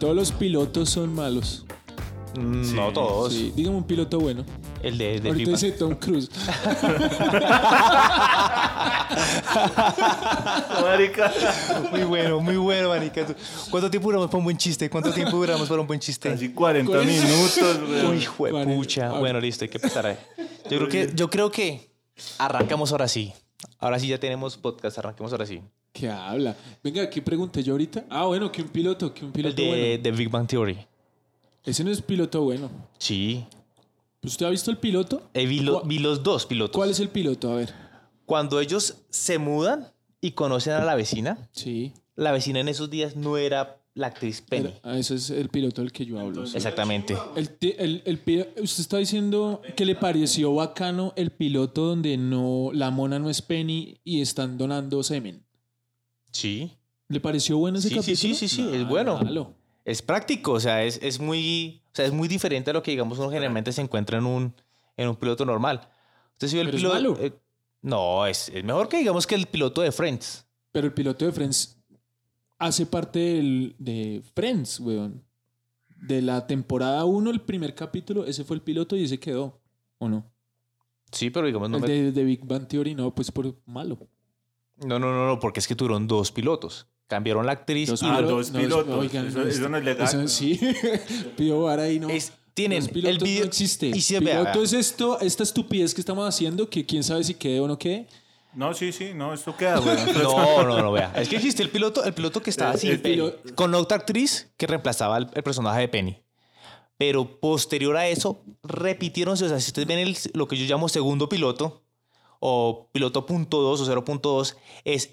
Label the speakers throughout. Speaker 1: Todos los pilotos son malos.
Speaker 2: Mm,
Speaker 3: Sí.
Speaker 2: No todos.
Speaker 1: Sí, dígame un piloto bueno.
Speaker 2: El de, el de
Speaker 1: Ahorita
Speaker 2: FIFA.
Speaker 1: dice Tom Cruise.
Speaker 3: Marica.
Speaker 4: Muy bueno, muy bueno, marica. ¿Cuánto tiempo duramos para un buen chiste? ¿Cuánto tiempo duramos para un buen chiste?
Speaker 3: Casi 40
Speaker 1: ¿Cuál es?
Speaker 3: minutos,
Speaker 4: Uy,
Speaker 3: weón.
Speaker 4: hijo de
Speaker 1: Vale.
Speaker 4: pucha.
Speaker 1: Ah.
Speaker 4: Bueno, listo, hay que empezar ahí. Yo creo que, yo creo que arrancamos ahora sí. Ahora sí ya tenemos podcast, arranquemos ahora sí.
Speaker 1: ¿Qué habla? Venga, ¿qué pregunté yo ahorita? Ah, bueno, que un piloto, que un
Speaker 4: El
Speaker 1: piloto
Speaker 4: de,
Speaker 1: bueno.
Speaker 4: de Big Bang Theory.
Speaker 1: Ese no es piloto bueno.
Speaker 4: Sí.
Speaker 1: ¿Usted ha visto el piloto?
Speaker 4: Eh, vi, lo-
Speaker 1: ¿Cuál-
Speaker 4: vi los dos pilotos.
Speaker 1: ¿Cuál es el piloto? A ver.
Speaker 4: Cuando ellos se mudan y conocen a la vecina,
Speaker 1: Sí.
Speaker 4: la vecina en esos días no era la actriz Penny.
Speaker 1: Era- ah, ese es el piloto del que yo hablo. sí.
Speaker 4: Exactamente.
Speaker 1: El ti- el- el pi- usted está diciendo que le pareció bacano el piloto donde no la mona no es Penny y están donando semen.
Speaker 4: Sí.
Speaker 1: ¿Le pareció bueno ese
Speaker 4: Sí, sí,
Speaker 1: capítulo?
Speaker 4: sí, sí, sí, es
Speaker 1: Nada,
Speaker 4: bueno.
Speaker 1: malo.
Speaker 4: Es práctico, o sea, es, es muy, o sea, es muy diferente a lo que, digamos, uno generalmente se encuentra en un, en un piloto normal. Usted sí vio el
Speaker 1: Pero es
Speaker 4: piloto...
Speaker 1: malo.
Speaker 4: eh, no, es, es mejor que, digamos, que el piloto de Friends.
Speaker 1: Pero el piloto de Friends hace parte del- de Friends, weón. De la temporada 1, el primer capítulo, ese fue el piloto y ese quedó. ¿O no?
Speaker 4: Sí, pero digamos, no
Speaker 1: el
Speaker 4: me-
Speaker 1: de, de Big Bang Theory, no, pues por malo.
Speaker 4: No, no, no, no, porque es que tuvieron dos pilotos. Cambiaron la actriz.
Speaker 1: Dos
Speaker 4: y
Speaker 3: Ah,
Speaker 1: pilotos.
Speaker 3: dos
Speaker 1: No,
Speaker 3: pilotos.
Speaker 1: oigan,
Speaker 3: eso,
Speaker 1: no,
Speaker 3: eso no es legal.
Speaker 1: Eso sí, Pío Vara ahí no.
Speaker 4: es- tienen
Speaker 1: Los
Speaker 4: el
Speaker 1: pilotos
Speaker 4: video.
Speaker 1: no existe.
Speaker 4: Y se vea,
Speaker 1: piloto es esto, esta estupidez que estamos haciendo, que quién sabe si quede o no quede.
Speaker 3: No, sí, sí, no, esto queda, weón.
Speaker 4: No, no, no, vea. Es que existe el piloto, el piloto que estaba
Speaker 3: El-
Speaker 4: sin
Speaker 3: el
Speaker 4: Penny,
Speaker 1: pilo-
Speaker 4: con otra actriz que reemplazaba al el personaje de Penny. Pero posterior a eso, repitieron, o sea, si ustedes ven el- lo que yo llamo segundo piloto, o piloto punto dos o 0.2, es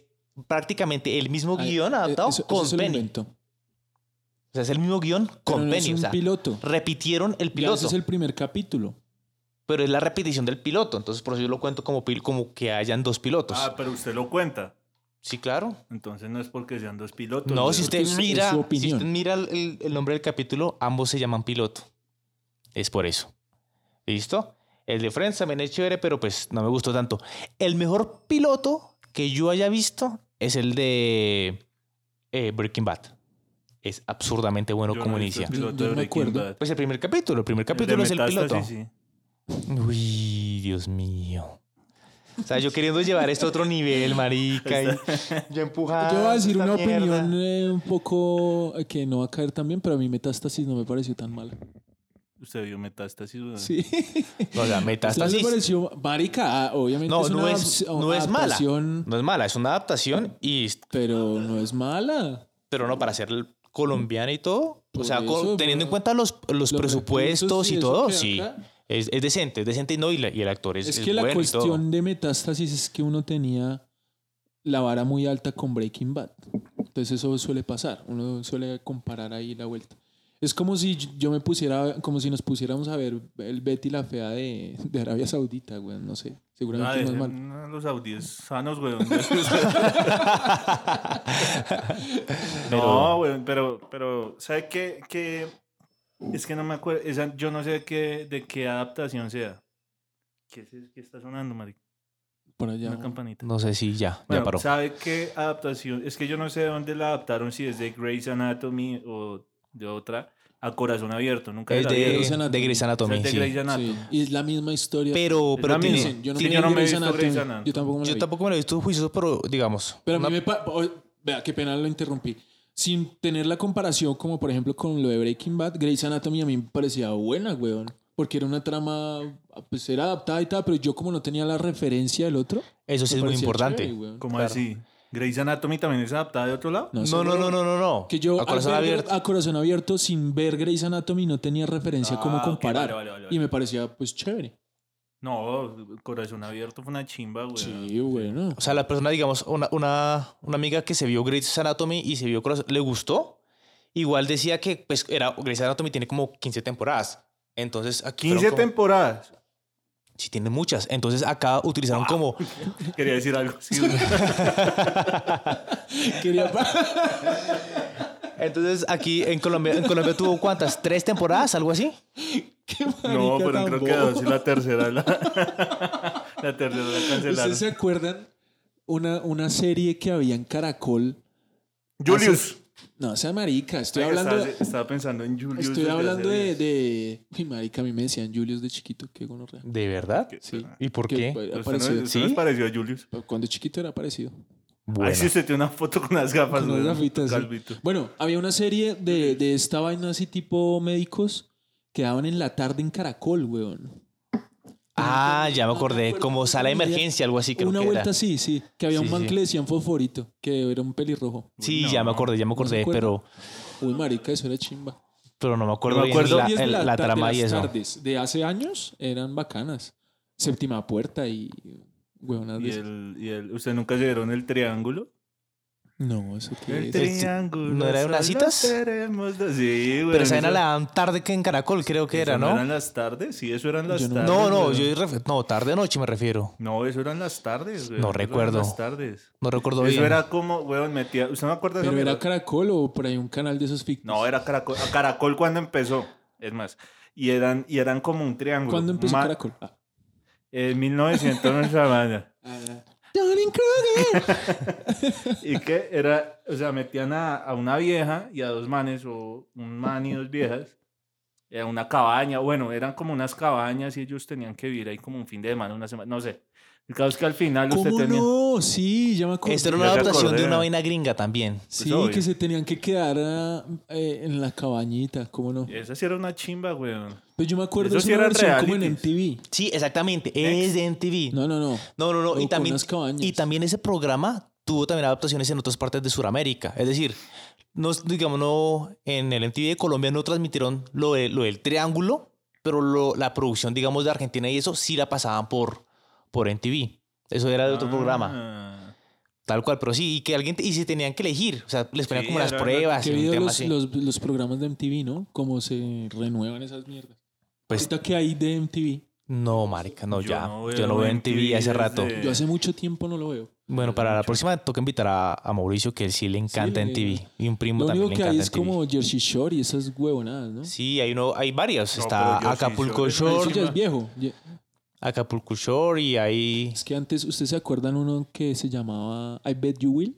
Speaker 4: prácticamente el mismo
Speaker 1: Ay,
Speaker 4: guión
Speaker 1: eh,
Speaker 4: adaptado
Speaker 1: eso- eso
Speaker 4: con
Speaker 1: se lo
Speaker 4: Penny.
Speaker 1: inventó.
Speaker 4: O sea, es el mismo guión
Speaker 1: Pero
Speaker 4: con
Speaker 1: no
Speaker 4: Penny.
Speaker 1: Es un
Speaker 4: o sea,
Speaker 1: piloto.
Speaker 4: repitieron
Speaker 1: Ya,
Speaker 4: el
Speaker 1: ese
Speaker 4: piloto,
Speaker 1: es el primer capítulo.
Speaker 4: pero es la repetición del piloto. Entonces, por eso yo lo cuento como, pil- como que hayan dos pilotos.
Speaker 3: Ah, pero usted lo cuenta.
Speaker 4: sí, claro.
Speaker 3: Entonces no es porque sean dos pilotos.
Speaker 4: No,
Speaker 3: weón.
Speaker 4: si
Speaker 1: Porque es-
Speaker 4: usted
Speaker 1: es
Speaker 4: mira,
Speaker 1: su
Speaker 4: si
Speaker 1: opinión.
Speaker 4: usted mira el- el, el nombre del capítulo, ambos se llaman piloto. Es por eso. ¿Listo? El de Friends también es chévere, pero pues no me gustó tanto. El mejor piloto que yo haya visto es el de eh, Breaking Bad. Es absurdamente bueno
Speaker 3: Yo
Speaker 4: como
Speaker 3: no he visto
Speaker 4: inicia.
Speaker 3: el piloto
Speaker 1: Yo- yo
Speaker 3: de
Speaker 1: no me
Speaker 3: Breaking
Speaker 1: acuerdo.
Speaker 3: Bad.
Speaker 4: Pues el primer capítulo, el primer
Speaker 3: El de
Speaker 4: capítulo es el piloto.
Speaker 3: Metástasis, sí.
Speaker 4: Uy, Dios mío. O sea, yo queriendo llevar esto a otro nivel, marica. y- yo empujando.
Speaker 1: Yo voy a decir
Speaker 4: esta
Speaker 1: una
Speaker 4: Ah, mierda.
Speaker 1: opinión eh, un poco eh, que no va a caer también, pero a mí Metástasis no me pareció tan mala.
Speaker 3: Usted vio metástasis, weón.
Speaker 1: Sí.
Speaker 4: O
Speaker 1: Metástasis.
Speaker 4: sea, Ah. metástasis.
Speaker 1: me pareció marica, ah, obviamente
Speaker 4: No,
Speaker 1: es
Speaker 4: no
Speaker 1: una
Speaker 4: es,
Speaker 1: abs-
Speaker 4: no es mala.
Speaker 1: adaptación,
Speaker 4: No es mala, es una adaptación y
Speaker 1: pero no es mala.
Speaker 4: pero no para ser colombiana y todo. o
Speaker 1: Por
Speaker 4: sea, con-
Speaker 1: eso,
Speaker 4: teniendo en
Speaker 1: bueno,
Speaker 4: cuenta los, los,
Speaker 1: Los recursos
Speaker 4: presupuestos y,
Speaker 1: eso
Speaker 4: todo,
Speaker 1: que
Speaker 4: sí.
Speaker 1: acá-
Speaker 4: Es, es decente, es decente y no, y, la- y el actor es,
Speaker 1: Es,
Speaker 4: es
Speaker 1: que la
Speaker 4: bueno y todo.
Speaker 1: cuestión de metástasis es que uno tenía la vara muy alta con Breaking Bad. Entonces eso suele pasar. Uno suele comparar ahí la vuelta. Es como si yo me pusiera, como si nos pusiéramos a ver el Betty la fea de, de Arabia Saudita, güey. No sé.
Speaker 3: Ah,
Speaker 1: Seguramente no es
Speaker 3: dejen
Speaker 1: mal.
Speaker 3: a los audios sanos, weón. no, weón, pero, pero ¿sabe qué? Que, es que no me acuerdo. esa- yo no sé de qué, de qué adaptación sea. ¿Qué, es, qué está sonando, marica?
Speaker 1: Por allá.
Speaker 3: Una campanita.
Speaker 4: No sé si ya, ya
Speaker 3: Bueno,
Speaker 4: paró.
Speaker 3: ¿sabe qué adaptación? Es que yo no sé de dónde la adaptaron, si es de Grey's Anatomy o de otra, a corazón abierto. Nunca
Speaker 4: Es
Speaker 3: la
Speaker 4: de,
Speaker 3: vieron.
Speaker 1: Grey's Anatomy.
Speaker 4: de Grey's
Speaker 3: Esa
Speaker 4: Anatomy,
Speaker 3: es de
Speaker 4: sí.
Speaker 3: Grey's Anatomy.
Speaker 1: Sí, Y es la misma historia.
Speaker 4: Pero,
Speaker 3: Es
Speaker 4: pero
Speaker 3: la
Speaker 4: tiene-
Speaker 3: misma.
Speaker 1: Dicen, yo no
Speaker 3: Sí,
Speaker 1: me
Speaker 3: yo
Speaker 1: vi
Speaker 3: no me he
Speaker 1: Grey's
Speaker 3: visto Grey's
Speaker 1: Anatomy.
Speaker 3: Anatomy.
Speaker 1: Yo tampoco me la
Speaker 4: yo
Speaker 1: vi.
Speaker 4: tampoco me lo he visto juicioso, pero digamos.
Speaker 1: Pero a mí
Speaker 4: una-
Speaker 1: me... pa- o- Vea, qué pena lo interrumpí. Sin tener la comparación como por ejemplo con lo de Breaking Bad, Grey's Anatomy a mí me parecía buena, weón. Porque era una trama, pues era adaptada y tal, pero yo como no tenía la referencia del otro...
Speaker 4: Eso sí
Speaker 1: me
Speaker 4: es muy
Speaker 1: parecía
Speaker 4: importante.
Speaker 1: chévere, weón.
Speaker 3: ¿Cómo
Speaker 4: Claro.
Speaker 3: así? ¿Grey's Anatomy también es adaptada de otro lado?
Speaker 1: No,
Speaker 4: no, no, no, no, no, no.
Speaker 1: Que yo
Speaker 4: a corazón
Speaker 1: al ver-
Speaker 4: abierto.
Speaker 1: a corazón abierto, sin ver Grey's Anatomy, no tenía referencia
Speaker 3: Ah,
Speaker 1: cómo
Speaker 3: ok,
Speaker 1: comparar.
Speaker 3: vale, vale, vale,
Speaker 1: Y
Speaker 3: vale.
Speaker 1: me parecía, pues, chévere.
Speaker 3: No, corazón abierto fue una chimba, güey.
Speaker 1: Sí, bueno.
Speaker 4: O sea, la persona, digamos, una, una, una amiga que se vio Grey's Anatomy y se vio Corazón- le gustó. Igual decía que pues era Grey's Anatomy tiene como 15 temporadas. Entonces aquí
Speaker 3: 15
Speaker 4: fueron como-
Speaker 3: temporadas.
Speaker 4: Sí, tiene muchas. Entonces acá utilizaron como
Speaker 3: Quería decir algo. sí.
Speaker 1: Quería...
Speaker 4: Entonces aquí en Colombia en Colombia tuvo cuántas? ¿Tres temporadas? ¿Algo así?
Speaker 1: Qué
Speaker 3: no,
Speaker 1: marica
Speaker 3: pero
Speaker 1: tan
Speaker 3: creo que
Speaker 1: bobo.
Speaker 3: así la tercera la, la tercera la cancelaron.
Speaker 1: ¿Ustedes se acuerdan una, una serie que había en Caracol?
Speaker 3: Julius.
Speaker 1: No, sea marica, estoy
Speaker 3: Oiga,
Speaker 1: hablando...
Speaker 3: Estaba, estaba pensando en Julius.
Speaker 1: Estoy
Speaker 3: desde
Speaker 1: hablando
Speaker 3: hace
Speaker 1: de,
Speaker 3: días.
Speaker 1: de... Uy, marica, a mí me decían Julius de chiquito, qué gonorrea.
Speaker 4: ¿De verdad?
Speaker 3: Que-
Speaker 1: Sí.
Speaker 4: ¿Y por
Speaker 1: Que
Speaker 4: qué?
Speaker 1: pa-
Speaker 3: Pero usted no-
Speaker 1: parecido.
Speaker 3: usted
Speaker 4: ¿Sí?
Speaker 3: no es parecido a Julius.
Speaker 1: Cuando chiquito era parecido.
Speaker 4: Bueno,
Speaker 3: Ay, sí, usted tiene una foto con las gafas.
Speaker 1: Con unas
Speaker 3: weón.
Speaker 1: gafitas, sí.
Speaker 3: Calvito.
Speaker 1: Bueno, había una serie de, de esta vaina así tipo médicos que daban en la tarde en Caracol, weón.
Speaker 4: Ah, ya me acordé. Como sala de
Speaker 1: Una
Speaker 4: emergencia, algo así creo
Speaker 1: Una
Speaker 4: que
Speaker 1: vuelta
Speaker 4: era.
Speaker 1: sí, sí. Que había
Speaker 4: Sí,
Speaker 1: un man
Speaker 4: sí.
Speaker 1: que le decían fosforito, que era un pelirrojo.
Speaker 4: Sí,
Speaker 3: No,
Speaker 4: ya me
Speaker 3: no.
Speaker 4: acordé, ya me
Speaker 1: No se
Speaker 4: acordé,
Speaker 1: acuerda.
Speaker 4: pero,
Speaker 1: Uy, marica, eso era chimba.
Speaker 4: pero no me acuerdo,
Speaker 3: me
Speaker 4: bien
Speaker 3: acuerdo.
Speaker 4: la,
Speaker 1: Series de
Speaker 4: el- la
Speaker 1: la ta- de
Speaker 4: trama y
Speaker 1: las
Speaker 4: eso.
Speaker 1: tardes de hace años eran bacanas. Séptima puerta y huevonas de
Speaker 3: Y
Speaker 1: esas.
Speaker 3: el, y el, ¿Usted nunca se vieron el triángulo?
Speaker 1: No, eso que
Speaker 3: El
Speaker 1: es.
Speaker 4: tri-
Speaker 3: triángulo.
Speaker 4: ¿no era de unas
Speaker 3: solo
Speaker 4: citas?
Speaker 3: tenemos dos. Sí, güey.
Speaker 4: Pero esa era la tarde que en Caracol, creo que era,
Speaker 3: ¿No
Speaker 4: ¿no?
Speaker 3: eran las tardes? Sí, eso eran las
Speaker 1: Yo no-
Speaker 3: tardes.
Speaker 4: No, no,
Speaker 3: güey.
Speaker 4: yo ref- no, tarde noche me refiero.
Speaker 3: No, eso eran las tardes, güey.
Speaker 4: No
Speaker 3: Eso eran
Speaker 4: recuerdo.
Speaker 3: Las tardes.
Speaker 4: No recuerdo
Speaker 3: Eso
Speaker 4: bien.
Speaker 3: era como, weón, metía. ¿Usted no acuerda de
Speaker 1: Pero
Speaker 3: esa
Speaker 1: era
Speaker 3: mierda?
Speaker 1: Caracol o por ahí un canal de esos ficticios.
Speaker 3: No, era Caracol. a Caracol cuando empezó. Es más. Y eran, y eran como un triángulo.
Speaker 1: ¿Cuándo empezó
Speaker 3: Ma-
Speaker 1: Caracol? Ah.
Speaker 3: En 1900 no se llamaba.
Speaker 4: Ah.
Speaker 3: Y que era, o sea, metían a, a una vieja y a dos manes, o un man y dos viejas, a una cabaña. Bueno, eran como unas cabañas y ellos tenían que vivir ahí como un fin de semana, una semana, no sé. El caso es que al final usted
Speaker 1: ¿Cómo
Speaker 3: tenía. pues, Este
Speaker 1: no? Sí, ya me acuerdo.
Speaker 4: Esta era
Speaker 3: Ya
Speaker 4: una
Speaker 3: me
Speaker 4: adaptación de
Speaker 3: acordé.
Speaker 4: una vaina gringa también.
Speaker 1: Sí,
Speaker 3: obvio.
Speaker 1: que se tenían que quedar ah, eh, en la cabañita, ¿cómo no?
Speaker 3: Esa sí era una chimba, weón.
Speaker 1: Pues yo me acuerdo
Speaker 3: Eso
Speaker 1: es
Speaker 3: sí
Speaker 1: una
Speaker 3: eran
Speaker 1: versión como en MTV.
Speaker 3: realities.
Speaker 4: Sí, exactamente. Es de MTV.
Speaker 1: No, no, no.
Speaker 4: No, no, no.
Speaker 1: O
Speaker 4: Y
Speaker 1: con
Speaker 4: también,
Speaker 1: unas cabañas.
Speaker 4: y también ese programa tuvo también adaptaciones en otras partes de Sudamérica. Es decir, no, digamos, no, en el MTV de Colombia no transmitieron lo, de- lo del triángulo, pero lo- la producción, digamos, de Argentina y eso sí la pasaban por, por MTV. Eso era de otro programa,
Speaker 3: Ah.
Speaker 4: tal cual. Pero sí, y que alguien, te- y si tenían que elegir, o sea, les ponían
Speaker 3: Sí,
Speaker 4: como las
Speaker 3: era-
Speaker 4: pruebas
Speaker 1: Qué
Speaker 4: y Ah, un
Speaker 1: video
Speaker 4: tema
Speaker 1: los,
Speaker 4: así.
Speaker 1: los, los programas de MTV, ¿no? Cómo se renuevan esas mierdas.
Speaker 4: Pues
Speaker 1: Ahorita que hay de MTV.
Speaker 4: no, marica, no,
Speaker 3: Yo
Speaker 4: ya.
Speaker 3: no
Speaker 4: yo no
Speaker 3: veo
Speaker 4: veo MTV hace
Speaker 3: MTV
Speaker 4: rato.
Speaker 3: desde- Eh.
Speaker 1: Yo hace mucho tiempo no lo veo.
Speaker 4: Bueno, para la próxima toca invitar a, a Mauricio, que él sí le encanta
Speaker 1: le-
Speaker 4: MTV. Y un primo
Speaker 1: Lo
Speaker 4: también
Speaker 1: único
Speaker 4: le
Speaker 1: que
Speaker 4: encanta
Speaker 1: hay es
Speaker 4: MTV.
Speaker 1: como Jersey Shore y esas huevonadas, ¿no?
Speaker 4: Sí, hay, uno, hay varios.
Speaker 3: No,
Speaker 4: Está
Speaker 3: pero yo sí,
Speaker 4: Acapulco
Speaker 3: yo-
Speaker 1: Eso
Speaker 4: Shore,
Speaker 1: ya es viejo. Ya-
Speaker 4: Acapulco Shore y hay...
Speaker 1: Es que antes, ¿ustedes se acuerdan uno que se llamaba I Bet You Will?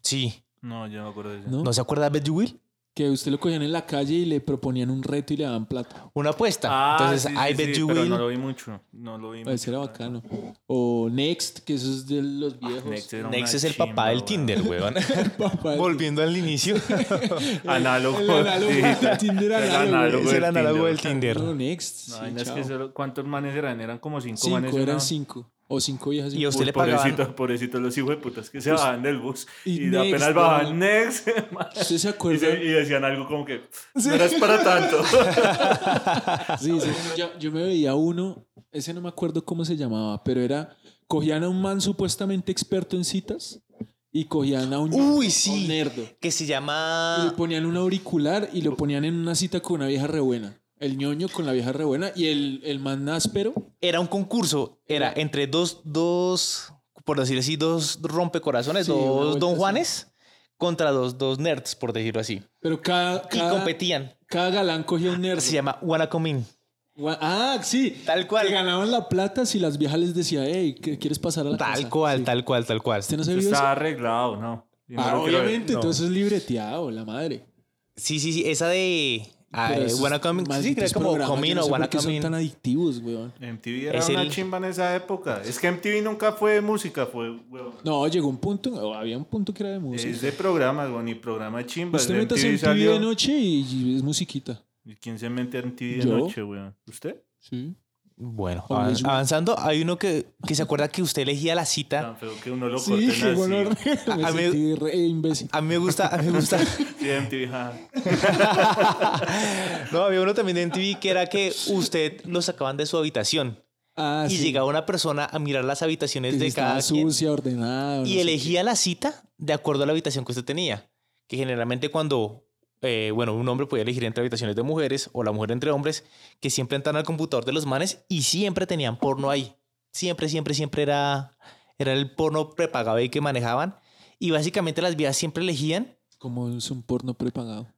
Speaker 4: Sí.
Speaker 3: No, yo no me acuerdo de eso.
Speaker 1: ¿No?
Speaker 4: ¿No se acuerda de Bet You Will?
Speaker 1: Que usted lo cogían en la calle y le proponían un reto y le daban plata.
Speaker 4: Una apuesta.
Speaker 3: Ah,
Speaker 4: Entonces,
Speaker 3: sí,
Speaker 4: I
Speaker 3: sí,
Speaker 4: Bet
Speaker 3: sí,
Speaker 4: You
Speaker 3: pero
Speaker 4: Will.
Speaker 3: No lo vi mucho. No lo vi mucho.
Speaker 1: Ese Pues era bacano. O Next, que eso es de los viejos.
Speaker 3: Ah, Next era
Speaker 4: Next
Speaker 3: una
Speaker 4: es el
Speaker 3: chimba,
Speaker 4: papá del
Speaker 3: weón.
Speaker 4: Tinder, weón.
Speaker 1: Papá,
Speaker 4: Volviendo al inicio.
Speaker 3: Análogo.
Speaker 1: El análogo.
Speaker 3: digital.
Speaker 1: Tinder
Speaker 3: El
Speaker 1: análogo.
Speaker 3: análogo
Speaker 4: es
Speaker 3: del
Speaker 4: el análogo
Speaker 3: Tinder.
Speaker 4: del Tinder.
Speaker 1: No, Next.
Speaker 3: No,
Speaker 1: sí,
Speaker 3: vaina es que
Speaker 1: chao.
Speaker 3: solo- ¿Cuántos manes eran? Eran como cinco, manes.
Speaker 1: Cinco,
Speaker 3: de una-
Speaker 1: eran cinco. O cinco viejas.
Speaker 4: Y a usted le pagaban...
Speaker 3: Pobrecito, pobrecito los hijos de putas que se bajaban del bus
Speaker 1: Pues, y
Speaker 3: y,
Speaker 1: next, Pues,
Speaker 3: apenas bajaban next man,
Speaker 1: ¿Usted se
Speaker 3: y,
Speaker 1: acuerda?
Speaker 3: se- y decían algo como que no eras para tanto.
Speaker 1: Sí, sí, Yo, yo me veía uno, ese no me acuerdo cómo se llamaba, pero era, cogían a un man supuestamente experto en citas y cogían a un,
Speaker 4: Uy,
Speaker 1: a un
Speaker 4: sí.
Speaker 1: nerdo.
Speaker 4: Que se
Speaker 1: Y le
Speaker 4: llama...
Speaker 1: ponían un auricular y lo ponían en una cita con una vieja rebuena. El ñoño con la vieja rebuena y el, el man áspero.
Speaker 4: Era un concurso. Era entre dos... dos por decir así, dos rompecorazones,
Speaker 1: Sí, una
Speaker 4: dos
Speaker 1: vuelta
Speaker 4: Don
Speaker 1: así.
Speaker 4: Juanes contra dos, dos nerds, por decirlo así.
Speaker 1: Pero cada,
Speaker 4: Y
Speaker 1: cada,
Speaker 4: competían.
Speaker 1: cada galán cogía un nerdo.
Speaker 4: Se llama Wanna Come In.
Speaker 1: Gua- Ah, sí.
Speaker 4: Tal cual.
Speaker 1: Que ganaban la plata si las viejas les decía, hey, ¿quieres pasar a la casa?
Speaker 4: Tal cual,
Speaker 1: Sí.
Speaker 4: tal cual, tal cual.
Speaker 1: ¿Usted no se
Speaker 3: Eso
Speaker 1: vio eso?
Speaker 3: Estaba arreglado, ¿no? Y no
Speaker 1: Ah,
Speaker 3: lo quiero ver.
Speaker 1: obviamente,
Speaker 4: no.
Speaker 1: todo eso es libreteado, la madre.
Speaker 4: Sí, sí, sí, esa de ah,
Speaker 1: Pero
Speaker 4: eh,
Speaker 1: esos
Speaker 4: Wanna Come In. Sí, creo
Speaker 1: malditos
Speaker 4: como
Speaker 1: programas, yo
Speaker 4: Come In
Speaker 1: no
Speaker 4: o
Speaker 1: sé por
Speaker 4: Wanna
Speaker 1: qué
Speaker 4: Come
Speaker 1: son tan
Speaker 4: In.
Speaker 1: adictivos, weón.
Speaker 3: MTV era
Speaker 4: Es
Speaker 3: una
Speaker 4: el-
Speaker 3: chimba en esa época. Es que MTV nunca fue de música, fue weón,
Speaker 1: No, llegó un punto, o había un punto que era de
Speaker 3: es
Speaker 1: música.
Speaker 3: de programas, weón, y programa de chimbas.
Speaker 1: Usted
Speaker 3: De
Speaker 1: metas en TV
Speaker 3: salió-
Speaker 1: de noche y, y es musiquita.
Speaker 3: ¿Y ¿Quién se mete en MTV de
Speaker 1: Yo.
Speaker 3: noche, weón? ¿Usted?
Speaker 1: Sí.
Speaker 4: Bueno,
Speaker 1: Hombre,
Speaker 4: avan-
Speaker 1: yo-
Speaker 4: avanzando, hay uno que, que se acuerda que usted elegía la cita.
Speaker 3: Tan feo que uno lo
Speaker 1: Ah. Sí,
Speaker 3: corten
Speaker 1: qué
Speaker 3: así.
Speaker 1: gonorrea,
Speaker 4: A-
Speaker 1: Me
Speaker 4: a mí-
Speaker 1: sentí re imbécil.
Speaker 4: A mí me gusta, a mí me gusta.
Speaker 3: Sí, MTV, ja.
Speaker 4: No, había uno también en TV que era que usted lo sacaban de su habitación
Speaker 1: Ah,
Speaker 4: y
Speaker 1: sí.
Speaker 4: llegaba una persona a mirar las habitaciones
Speaker 1: Que si
Speaker 4: de
Speaker 1: estaba
Speaker 4: cada quien
Speaker 1: sucia, ordenada. no
Speaker 4: y
Speaker 1: sé
Speaker 4: elegía la cita de acuerdo a la habitación que usted tenía. Que generalmente cuando, eh, bueno, un hombre podía elegir entre habitaciones de mujeres o la mujer entre hombres, que siempre entran al computador de los manes y siempre tenían porno ahí. Siempre, siempre, siempre era, era el porno prepagado ahí que manejaban. Y básicamente las vías siempre elegían,
Speaker 1: qué. Como es un porno prepagado.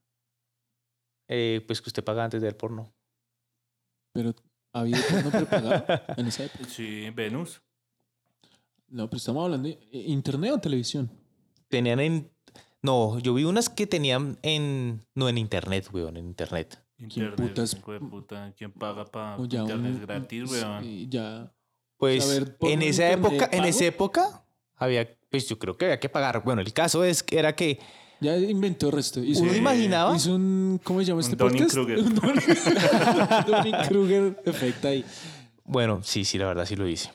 Speaker 4: eh, pues que usted paga antes del porno.
Speaker 1: Pero había porno prepagado en esa época.
Speaker 3: Sí, Venus.
Speaker 1: No, pero estamos hablando de eh, internet o televisión.
Speaker 4: Tenían en... No, yo vi unas que tenían en. No, en internet, weón, en internet.
Speaker 3: Internet,
Speaker 1: putas-
Speaker 3: hijo de puta, ¿Quién paga para
Speaker 1: O ya
Speaker 3: internet
Speaker 1: un-
Speaker 3: gratis,
Speaker 1: sí,
Speaker 3: weón?
Speaker 1: ya.
Speaker 4: Pues
Speaker 1: A ver, por
Speaker 4: en
Speaker 1: un
Speaker 4: esa
Speaker 1: internet
Speaker 4: época, en
Speaker 1: pago.
Speaker 4: esa época, había. Pues yo creo que había que pagar. Bueno, el caso es que era que
Speaker 1: Ya inventó el resto. Hizo,
Speaker 4: uno
Speaker 3: Sí.
Speaker 4: imaginaba.
Speaker 1: hizo un. ¿Cómo se llama este podcast?
Speaker 3: Dunning-Kruger.
Speaker 1: Un Donning Kruger. Efecto ahí.
Speaker 4: Bueno, sí, sí, la verdad sí lo hice.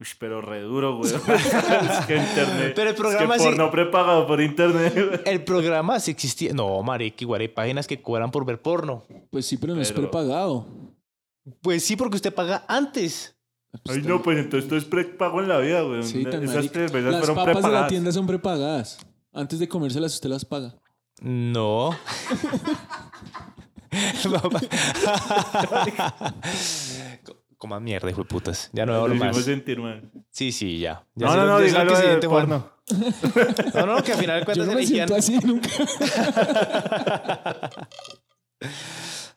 Speaker 3: Uy, pero re duro, weón. es que internet.
Speaker 4: Pero el programa
Speaker 3: es que
Speaker 4: sí-
Speaker 3: porno prepagado por internet, weón.
Speaker 4: El programa sí existía. No, marica, igual hay páginas que cobran por ver porno.
Speaker 1: Pues sí, pero no es
Speaker 3: Pero-
Speaker 1: prepagado.
Speaker 4: Pues sí, porque usted paga antes.
Speaker 3: Ay, no, pues entonces esto es prepago en la vida, weón.
Speaker 1: Sí, tan
Speaker 3: Esas
Speaker 1: marica.
Speaker 3: tres veces
Speaker 1: Las
Speaker 3: fueron
Speaker 1: papas de la
Speaker 3: prepagadas.
Speaker 1: tienda son prepagadas. Antes de comérselas, usted las paga.
Speaker 4: No. Coma mierda, hijo de putas. Ya no
Speaker 3: Lo
Speaker 4: hablo
Speaker 3: hicimos
Speaker 4: más.
Speaker 3: sentir, weón.
Speaker 4: Sí, sí, ya. Ya
Speaker 3: No,
Speaker 4: sé
Speaker 3: no,
Speaker 4: lo-
Speaker 3: no,
Speaker 4: ya sé lo
Speaker 3: dígalo
Speaker 4: que
Speaker 3: de
Speaker 4: siente Juan.
Speaker 3: porno.
Speaker 4: No, no, que al final de
Speaker 1: Yo
Speaker 4: cuentas
Speaker 1: no me
Speaker 4: elegían.
Speaker 1: siento así nunca.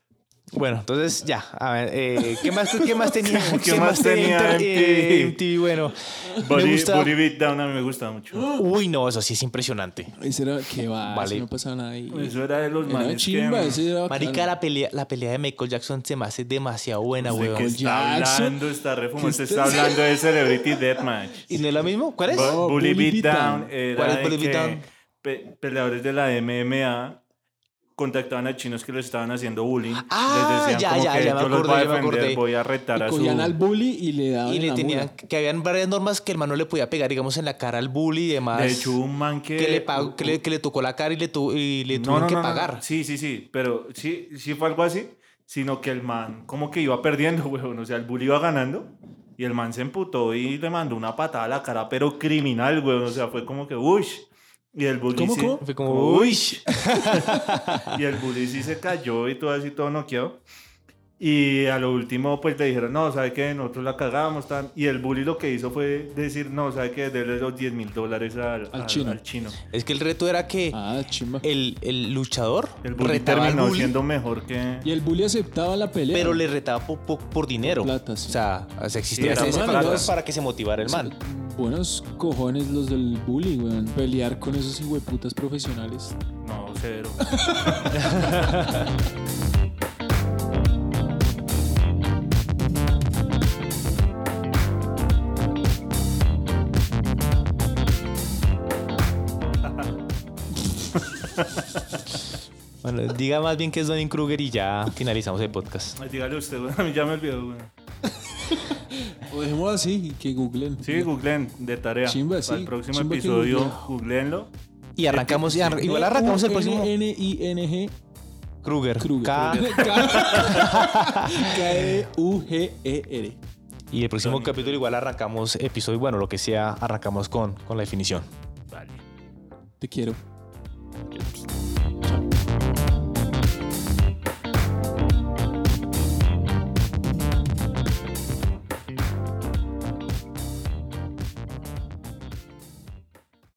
Speaker 4: Bueno, entonces ya. A ver, eh, ¿qué más, qué más tenía?
Speaker 3: ¿Qué más tenía
Speaker 4: Inter-
Speaker 3: MTV?
Speaker 4: MTV? Bueno, me
Speaker 3: Body,
Speaker 4: gusta.
Speaker 3: Body Beat Down a mí me gusta mucho.
Speaker 4: Uy, no, eso sí es impresionante.
Speaker 1: Ese era que va,
Speaker 4: Vale.
Speaker 1: eso no pasaba nada ahí.
Speaker 3: Eso era de los
Speaker 1: Era
Speaker 3: Pues, manes
Speaker 1: chimba,
Speaker 3: que...
Speaker 1: ese era
Speaker 4: Marica,
Speaker 1: bacano.
Speaker 4: la pelea, la pelea de Michael Jackson se me hace demasiado buena,
Speaker 3: de que
Speaker 4: weón.
Speaker 3: está
Speaker 1: Jackson.
Speaker 3: hablando, está refumando,
Speaker 1: ¿Qué
Speaker 3: está
Speaker 1: usted-
Speaker 3: hablando de Celebrity Deathmatch.
Speaker 4: ¿Y no es lo mismo? ¿Cuál es?
Speaker 1: Bo-
Speaker 3: Bu- Bully Beat Down era
Speaker 4: ¿Cuál es
Speaker 3: de
Speaker 4: Bully Beat
Speaker 3: que
Speaker 4: Down?
Speaker 3: pe- peleadores de la MMA contactaban a chinos que les estaban haciendo bullying.
Speaker 4: Ah,
Speaker 3: les decían
Speaker 4: ya,
Speaker 3: como
Speaker 4: ya,
Speaker 3: que
Speaker 4: ya me
Speaker 3: yo los
Speaker 4: acordé, ya
Speaker 3: voy a
Speaker 4: me
Speaker 3: defender,
Speaker 4: acordé.
Speaker 3: voy a retar a
Speaker 1: Y
Speaker 3: su...
Speaker 1: cogían al bully y le daban
Speaker 4: Y le
Speaker 1: la
Speaker 4: tenían,
Speaker 1: mula.
Speaker 4: que habían varias normas que el man no le podía pegar, digamos, en la cara al bully y demás.
Speaker 3: De hecho, un man que...
Speaker 4: que le, pagó- que le, que le tocó la cara y le, tu- y le
Speaker 3: No,
Speaker 4: tuvieron
Speaker 3: no,
Speaker 4: que
Speaker 3: no, no.
Speaker 4: pagar.
Speaker 3: Sí, sí, sí, pero sí, sí fue algo así, sino que el man como que iba perdiendo, weón. O sea, el bully iba ganando y el man se emputó y le mandó una patada a la cara, pero criminal, weón. O sea, fue como que, uy. Y el bully
Speaker 1: ¿Cómo,
Speaker 3: sí-
Speaker 1: cómo?
Speaker 4: Fue como, uy.
Speaker 3: Y el bully sí se cayó y todo así, todo noqueado. Y a lo último, pues le dijeron, no, ¿sabe qué? Nosotros la cagamos. Tan... Y el bully lo que hizo fue decir, no, ¿sabe qué? Dele los 10 mil dólares al,
Speaker 1: Al chino.
Speaker 4: Es que el reto era que
Speaker 1: Ah, chimba.
Speaker 4: el, el luchador
Speaker 3: El bully
Speaker 4: retaba al
Speaker 3: terminó
Speaker 4: bully,
Speaker 3: siendo mejor que...
Speaker 1: Y el bully aceptaba la pelea.
Speaker 4: pero le retaba po- po- por, dinero.
Speaker 1: Plata, sí.
Speaker 4: O sea, o sea,
Speaker 3: Sí,
Speaker 4: existía
Speaker 3: era
Speaker 4: ese ese
Speaker 1: plata.
Speaker 4: factor para que se motivara el man.
Speaker 1: Buenos cojones los del bully, weón. Pelear con esos hijueputas profesionales.
Speaker 3: No, cero.
Speaker 4: Bueno, diga más bien que es Donnie Kruger y ya finalizamos el podcast.
Speaker 3: Ay, Dígale usted, güey. A mí ya me olvidó, güey.
Speaker 1: O dejemos así, que googlen.
Speaker 3: Sí, googleen de tarea.
Speaker 1: Chimba, sí,
Speaker 3: Para el próximo
Speaker 1: chimba que
Speaker 3: episodio,
Speaker 1: googlea.
Speaker 3: googleenlo.
Speaker 4: Y arrancamos, y arran- igual arrancamos el próximo.
Speaker 1: N-I-N-G
Speaker 4: eh, Kruger.
Speaker 1: Kruger.
Speaker 4: K-
Speaker 1: K-R-U-G-E-R.
Speaker 4: y el próximo capítulo igual arrancamos episodio, bueno, lo que sea, arrancamos con, con la definición.
Speaker 3: Vale.
Speaker 1: Te quiero.
Speaker 3: Yo-